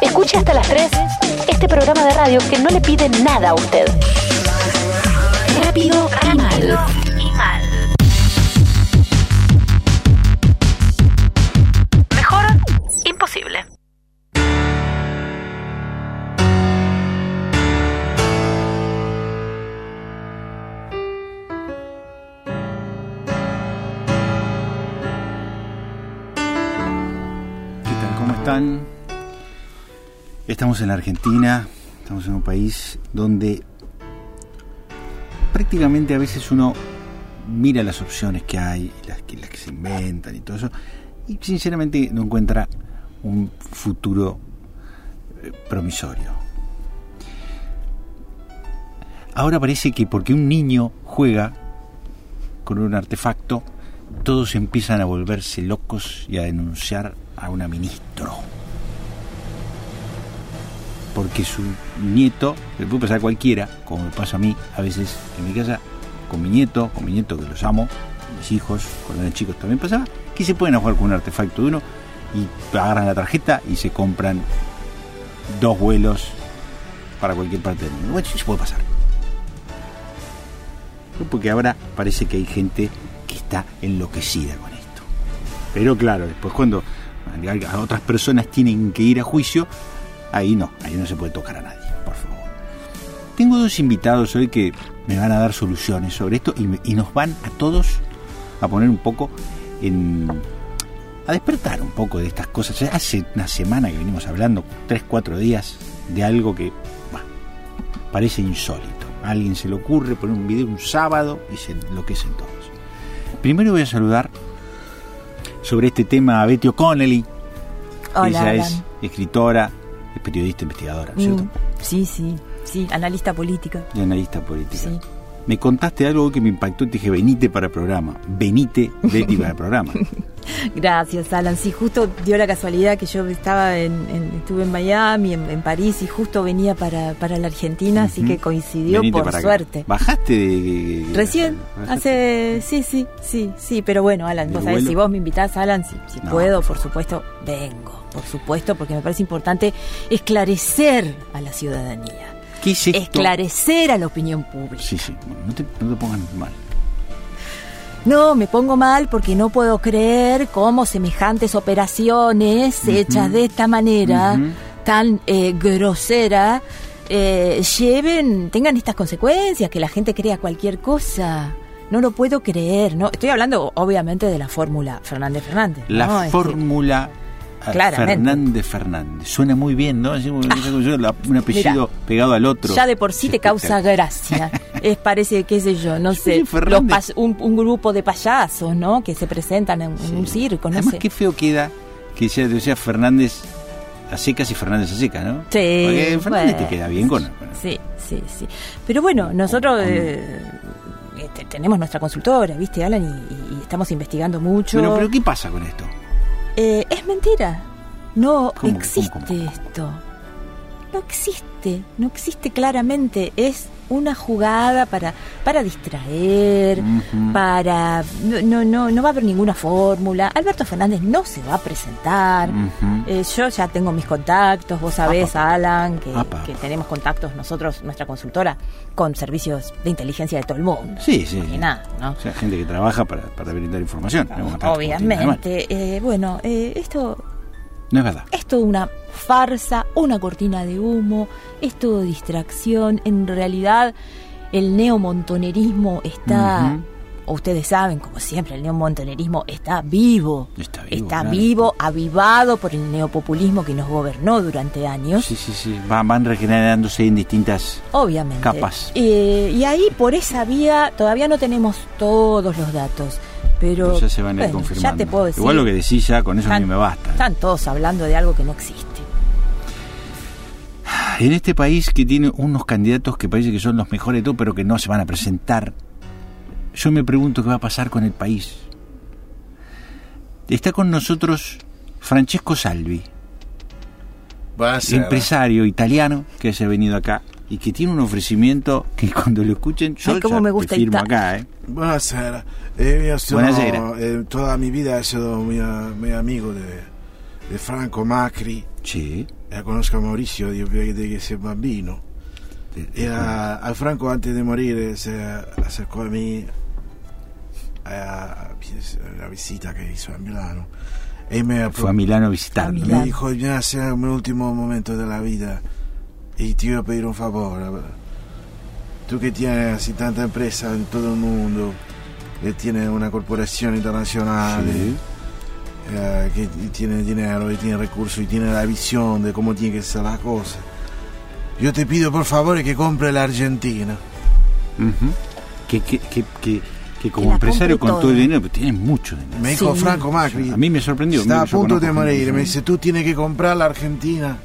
Escuche hasta las 3 este programa de radio que no le pide nada a usted. Rápido y mal. Mejor imposible. ¿Qué tal? ¿Cómo están? Estamos en la Argentina, estamos en un país donde prácticamente a veces uno mira las opciones que hay, las que, las que se inventan y todo eso, y sinceramente no encuentra un futuro eh, promisorio. Ahora parece que porque un niño juega con un artefacto, todos empiezan a volverse locos y a denunciar a una ministro. Porque su nieto, le puede pasar a cualquiera, como me pasa a mí a veces en mi casa, con mi nieto, con mi nieto que los amo, mis hijos, cuando eran chicos también pasaba, que se pueden jugar con un artefacto de uno y agarran la tarjeta y se compran dos vuelos para cualquier parte del mundo. Bueno, eso puede pasar. Porque ahora parece que hay gente que está enloquecida con esto. Pero claro, después cuando a otras personas tienen que ir a juicio, ahí no, ahí no se puede tocar a nadie, por favor. Tengo dos invitados hoy que me van a dar soluciones sobre esto y, me- y nos van a todos a poner un poco en... a despertar un poco de estas cosas. Ya Hace una semana que venimos hablando, tres, cuatro días, de algo que bah, parece insólito. A alguien se le ocurre poner un video un sábado y se enloquecen todos. Primero voy a saludar sobre este tema a Betty O'Connelly. Hola, Ella Alan. es escritora, es periodista, investigadora, ¿no es Mm, ¿cierto? Sí, sí, sí, analista política. Y analista política. Sí. Me contaste algo que me impactó y te dije, venite para el programa. Venite, Betty, para el programa. Gracias, Alan. Sí, justo dio la casualidad que yo estaba en, en- estuve en Miami, en, en París, y justo venía para, para la Argentina, así que coincidió Venite por para acá. suerte. Bajaste de... Recién, bajaste. hace. Sí, sí, sí, sí, pero bueno, Alan, ¿Del vos sabés, vuelo? si vos me invitás, Alan, si, si No, puedo, por por supuesto, vengo, por supuesto, porque me parece importante esclarecer a la ciudadanía, ¿Qué es esto? esclarecer a la opinión pública. Sí, sí. Bueno, no, te, no te pongas mal. No, me pongo mal porque no puedo creer cómo semejantes operaciones hechas de esta manera, Ujú. tan eh, grosera, eh, lleven, tengan estas consecuencias, que la gente crea cualquier cosa. No lo puedo creer, ¿no? Estoy hablando, obviamente, de la fórmula Fernández Fernández. La ¿no? Este, fórmula eh, Claramente. Ah. Fernández Fernández. Suena muy bien, ¿no? Así como- yo, la- un apellido pegado al otro. Ya de por sí te causa gracia. Es parece, qué sé yo, no sé, Sí, Fernández. los pas- un, un grupo de payasos, ¿no? Que se presentan en, en un circo, no Además, sé. qué feo queda que sea, o sea Fernández a secas y Fernández a secas, ¿no? Sí. Porque Fernández bueno, te queda bien con. sí, con- Sí, sí, sí. Pero bueno, nosotros eh, este, tenemos nuestra consultora, ¿viste, Alan? Y, y- y estamos investigando mucho. Bueno, pero ¿qué pasa con esto? Eh, es mentira. No ¿Cómo, existe cómo, cómo, cómo? esto. No existe, no existe claramente. Es una jugada para, para distraer, Ujú. para... No, no, no, no va a haber ninguna fórmula. Alberto Fernández no se va a presentar. Ujú. Ah, Eh, yo ya tengo mis contactos, vos sabés, Alan, que, Apa. que tenemos contactos nosotros, nuestra consultora, con servicios de inteligencia de todo el mundo. Sí, sí. sí. Imagina, ¿no? O sea, gente que trabaja para, para brindar información. No, no, no tiene nada de mal. Obviamente. eh, bueno, eh, esto No es verdad. es toda una farsa, una cortina de humo, es todo distracción. En realidad, el neomontonerismo está. Ustedes saben, como siempre, el neomontonerismo está vivo. Está vivo, claro. vivo, avivado por el neopopulismo que nos gobernó durante años. Sí, sí, sí. Van, van regenerándose en distintas. Obviamente. Capaz. Eh, y ahí por esa vía todavía no tenemos todos los datos. Pero, Pero ya se van a ir bueno, confirmando. Ya te puedo decir. Igual lo que decís ya, con eso a mí Están- me basta. Están todos hablando de algo que no existe. En este país que tiene unos candidatos que parece que son los mejores de todo, pero que no se van a presentar, yo me pregunto qué va a pasar con el país. Está con nosotros Francesco Salvi, Va a ser. empresario italiano que se ha venido acá y que tiene un ofrecimiento que cuando lo escuchen, yo Ay, cómo ya me te gusta firmo Ita- acá. ¿eh? Va a ser. Eh, yo sono- Buonasera. eh, toda mi vida he sido muy, muy amigo de di Franco Macri, Sì. la conosco a Maurizio di, di che sia bambino. Era, a Franco antes de morir se acercó a mí a, a la visita que hizo a Milano y me, Fue a Milano a visitarlo. A ¿no? me Milano. dijo, ya sea un último momento de la vida y te iba a pedir un favor. Tú que tienes así tanta empresa en todo el mundo, que tienes una corporación internacional, Sí. eh, que tiene dinero y tiene recursos y tiene la visión de cómo tiene que ser las cosas. Yo te pido por favor que compre la Argentina. Ujú. que, que, que, que, que como la empresario compre con todo toda. el dinero, pues tienes mucho dinero. Me dijo Sí. Franco Macri. A mí me sorprendió. Está a Yo punto conozco gente de que morir. dice, Me dice, tú tienes que comprar la Argentina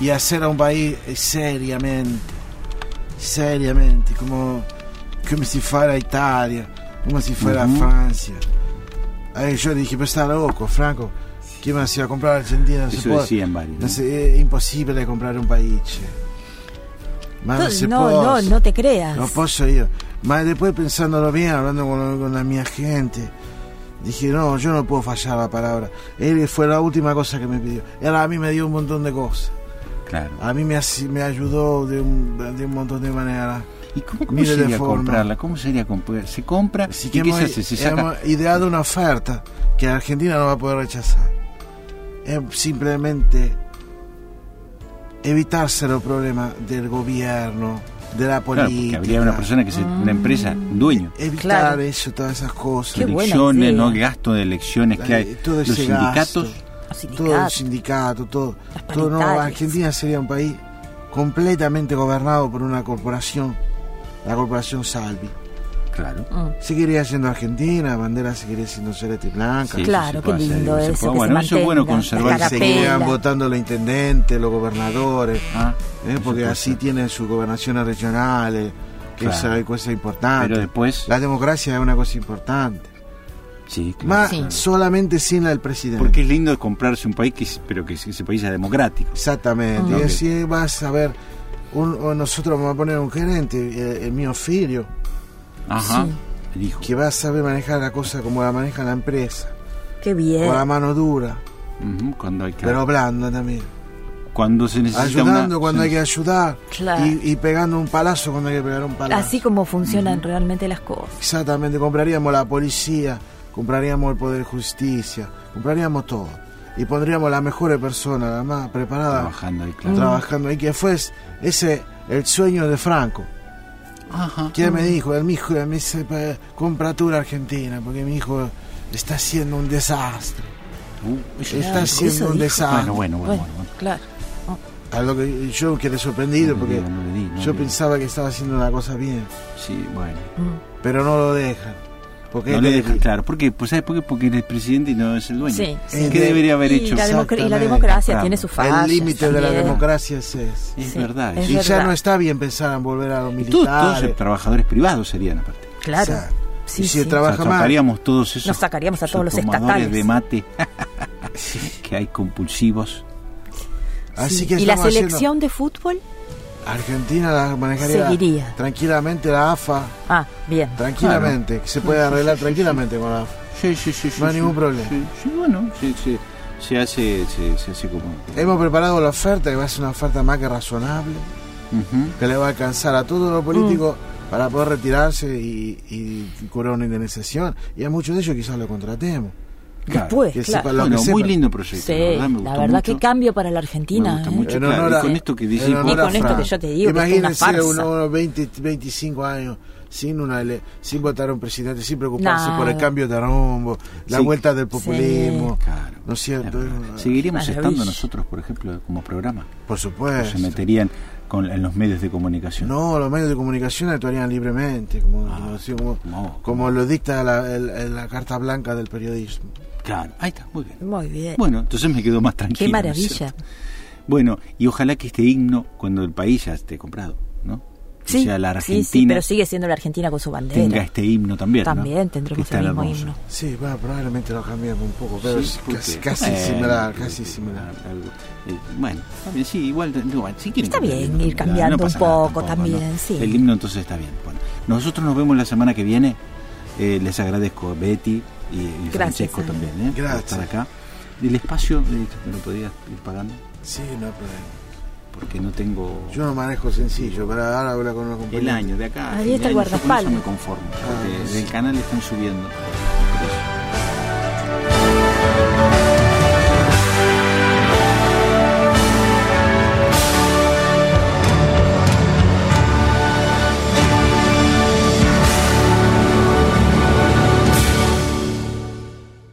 y hacer a un país eh, seriamente. Seriamente. Como, como si fuera Italia, como si fuera Ujú. Francia. Ahí yo dije, pero está loco, Franco. ¿Quién más iba a comprar la Argentina? No se Eso puede. decían varios. No ¿no? se- es imposible comprar un país. che. Ma No, non si no, può. no, no te creas. No puedo ir. Más después pensándolo bien, hablando con, con la mía gente, dije, no, yo no puedo fallar la palabra. Él fue la última cosa que me pidió. Él a mí me dio un montón de cosas. Claro. A mí me, asi- me ayudó de un, de un montón de maneras. ¿Y cómo, cómo mire de sería forma. comprarla? ¿Cómo sería comprar? ¿Se compra? Así ¿Y que qué hemos, se hace? ¿Se saca? hemos ideado una oferta que la Argentina no va a poder rechazar. Es simplemente evitarse los problemas del gobierno, de la Claro, política. porque habría una persona que se, una empresa, un dueño. Evitar Claro. eso, todas esas cosas. Ah. Qué buena elecciones, idea. no gasto de elecciones que hay. Eh, todo Los ese sindicatos, gasto, Los todo el sindicatos. sindicato, todo, Las todo no, paritarias. Argentina sería un país completamente gobernado por una corporación, la corporación Salvi. claro. Mm. Seguiría siendo Argentina, bandera seguiría siendo celeste y blanca. Sí, Claro, se puede qué hacer, lindo se eso, puede- que bueno, se eso es bueno mantenga, conservar. la capela. Seguirían votando los intendentes, los gobernadores, Ah, eh, por porque supuesto. así tienen sus gobernaciones regionales, que Claro. esa es cosa importante. Pero después, Ah, La democracia es una cosa importante. sí, claro. Más Sí. solamente sin el presidente. Porque es lindo comprarse un país, que, es- pero que ese país sea democrático. Exactamente, Ah. y así vas a ver, un, o nosotros vamos a poner un gerente, eh, el, mío Filio, Ajá. Sí. El hijo. que va a saber manejar la cosa como la maneja la empresa, Qué Eh. bien. con la mano dura, Ujú, cuando hay que- pero blanda también, cuando se necesita ayudando una- cuando se hay que ayudar Claro. y, y pegando un palazo cuando hay que pegar un palazo. Así como funcionan realmente las cosas. Exactamente, compraríamos la policía, compraríamos el Poder de Justicia, compraríamos todo y pondríamos las mejores personas, las más preparadas, trabajando ahí, claro. trabajando ahí, que fue ese el sueño de Franco. Ajá. ¿Qué me dijo? El, mi hijo me dice, "Pa- compra tú la Argentina, porque mi hijo está haciendo un desastre. Uh, eso Está es- haciendo un dijo. desastre. Bueno, bueno, bueno, Bueno, bueno, bueno. claro. A lo que yo quedé sorprendido, No le porque digo, no le di, no le yo di. pensaba que estaba haciendo una cosa bien, Sí, bueno. Mm. pero no lo dejan. Porque Eh, No es le de- dejan claro. ¿Por qué? Pues ¿sabes por qué? Porque él es presidente y no es el dueño. Sí, sí. ¿Qué Eh, debería haber Y hecho? la, democra- y la Exactamente. democracia tiene sus fallas. el límite de la también. democracia es ese. Es Sí, verdad. es Y eso. ya verdad. no está bien pensar en volver a los Y todos, todos militares. trabajadores privados serían aparte. Claro. O sea, Sí, y si sí. O sea, trabaja mal, sacaríamos todos esos. Nos sacaríamos a esos todos los tomadores estatales. de mate que hay compulsivos. así Sí. que ¿Y la estamos haciendo- selección de fútbol? Argentina la manejaría Seguiría. tranquilamente la AFA, Ah, bien. tranquilamente, que se puede arreglar tranquilamente con la AFA. Sí, sí, sí. sí, No hay sí. ningún problema. Sí, sí, bueno, sí, sí. se hace, se, se hace como. Hemos preparado la oferta, que va a ser una oferta más que razonable, Ujú. que le va a alcanzar a todos los políticos Mm. para poder retirarse y, y cobrar una indemnización. Y a muchos de ellos quizás lo contratemos. Claro. Después, que claro. sepa lo Bueno, que muy sepa. lindo proyecto. Sí, la verdad, me la gustó verdad, mucho. qué cambio para la Me Argentina. gusta ¿eh? mucho. En claro, honor y a- con esto que decís en vos- honor Y con a esto que Fran. yo te digo, que esto es una Imagínense farsa. uno- unos 20, 25 años sin una ele- sin votar a un presidente, sin preocuparse Nada. por el cambio de rumbo, la Sí. vuelta del populismo. Claro. ¿No es cierto? La verdad. Seguiríamos Maravilla. estando nosotros, por ejemplo, como programa. Por ¿O Pues se supuesto. meterían con, en los medios de comunicación. No, los medios de comunicación actuarían libremente, como, Ah, como- sí, como- como- como lo dicta la, el- el- la Carta Blanca del periodismo. Claro, ahí está, muy bien. Muy bien. Bueno, entonces me quedo más tranquilo. qué ¿no es maravilla. cierto? Bueno, y ojalá que este himno, cuando el país ya esté comprado, ¿no? Que sí, sea la sí, Argentina sí, pero sigue siendo la Argentina con su bandera. tenga este himno también. ¿no? También Que tendremos es el tan mismo hermoso. himno. Sí, bueno, probablemente lo cambiamos un poco, pero Sí, es ¿por casi, qué? casi Eh, similar, pero- casi similar. algo. Eh, bueno, también sí, igual. no, si quieren Está cambiar el bien himno, ir no, cambiando pasa un nada poco también, ¿no? sí. El himno entonces está bien. Bueno, nosotros nos vemos la semana que viene. Eh, les agradezco a Betty y, y Gracias, Francesco eh. también eh, por Gracias. estar acá. El espacio, eh, ¿me lo podrías ir pagando? Sí, no hay problema. Porque no tengo... Yo no manejo sencillo, pero ahora habla con una compañía. El año de acá. Ahí está el Yo con eso guardaespaldas. me conformo. Ah, porque sí. del canal están subiendo.